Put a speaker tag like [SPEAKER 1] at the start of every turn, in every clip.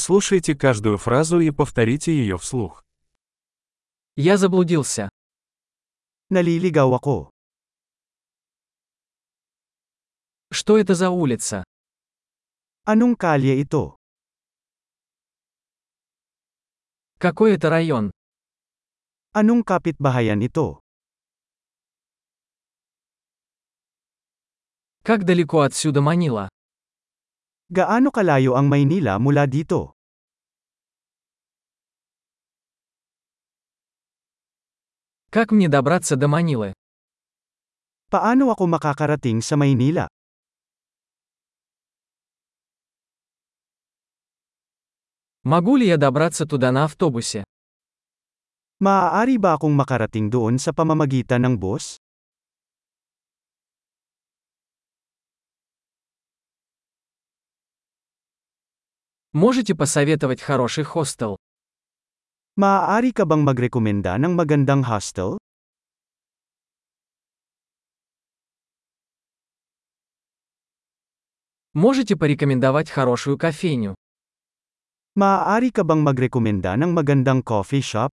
[SPEAKER 1] Прослушайте каждую фразу и повторите ее вслух.
[SPEAKER 2] Я заблудился.
[SPEAKER 3] Naliligaw ako.
[SPEAKER 2] Что это за улица?
[SPEAKER 3] Anong kalye ito?
[SPEAKER 2] Какой это район?
[SPEAKER 3] Anong kapitbahayan ito?
[SPEAKER 2] Как далеко отсюда Манила?
[SPEAKER 3] Gaano kalayo ang Maynila mula dito?
[SPEAKER 2] Как мне добраться до Манилы?
[SPEAKER 3] Paano ako makakarating sa Maynila?
[SPEAKER 2] Могу ли я добраться туда на автобусе?
[SPEAKER 3] Maaari ba akong makarating doon sa pamamagitan ng bus?
[SPEAKER 2] Можете посоветовать хороший хостел?
[SPEAKER 3] Maaari ka bang magrekomenda ng magandang hostel?
[SPEAKER 2] Можете порекомендовать хорошую кофейню?
[SPEAKER 3] Maaari ka bang magrekomenda ng magandang coffee shop?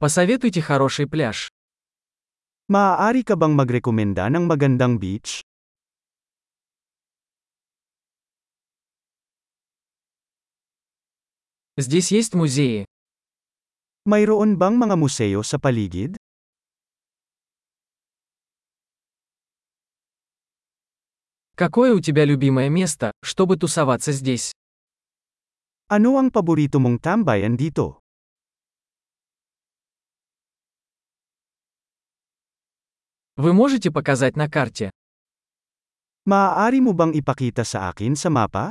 [SPEAKER 2] Посоветуйте хороший пляж.
[SPEAKER 3] Maaari ka bang magrekomenda ng magandang beach?
[SPEAKER 2] Здесь есть музеи.
[SPEAKER 3] Mayroon bang mga museo sa paligid?
[SPEAKER 2] Какое у тебя любимое место, чтобы тусоваться здесь?
[SPEAKER 3] Ano ang paborito mong tambayan dito?
[SPEAKER 2] Вы можете показать на карте?
[SPEAKER 3] Maaari mo bang ipakita sa akin sa mapa?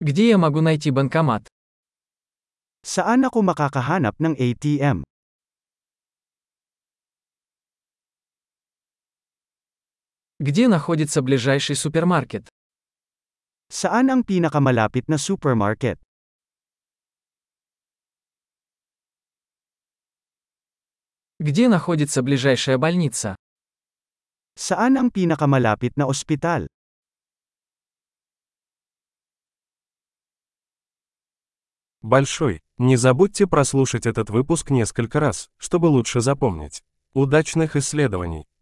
[SPEAKER 2] Где я могу найти банкомат?
[SPEAKER 3] Saan ako makakahanap ng ATM?
[SPEAKER 2] Где находится ближайший супермаркет?
[SPEAKER 3] Saan ang pinakamalapit na supermarket?
[SPEAKER 2] Где находится ближайшая больница?
[SPEAKER 3] Saan ang pinakamalapit na ospital?
[SPEAKER 1] Большой. Не забудьте прослушать этот выпуск несколько раз, чтобы лучше запомнить. Удачных исследований!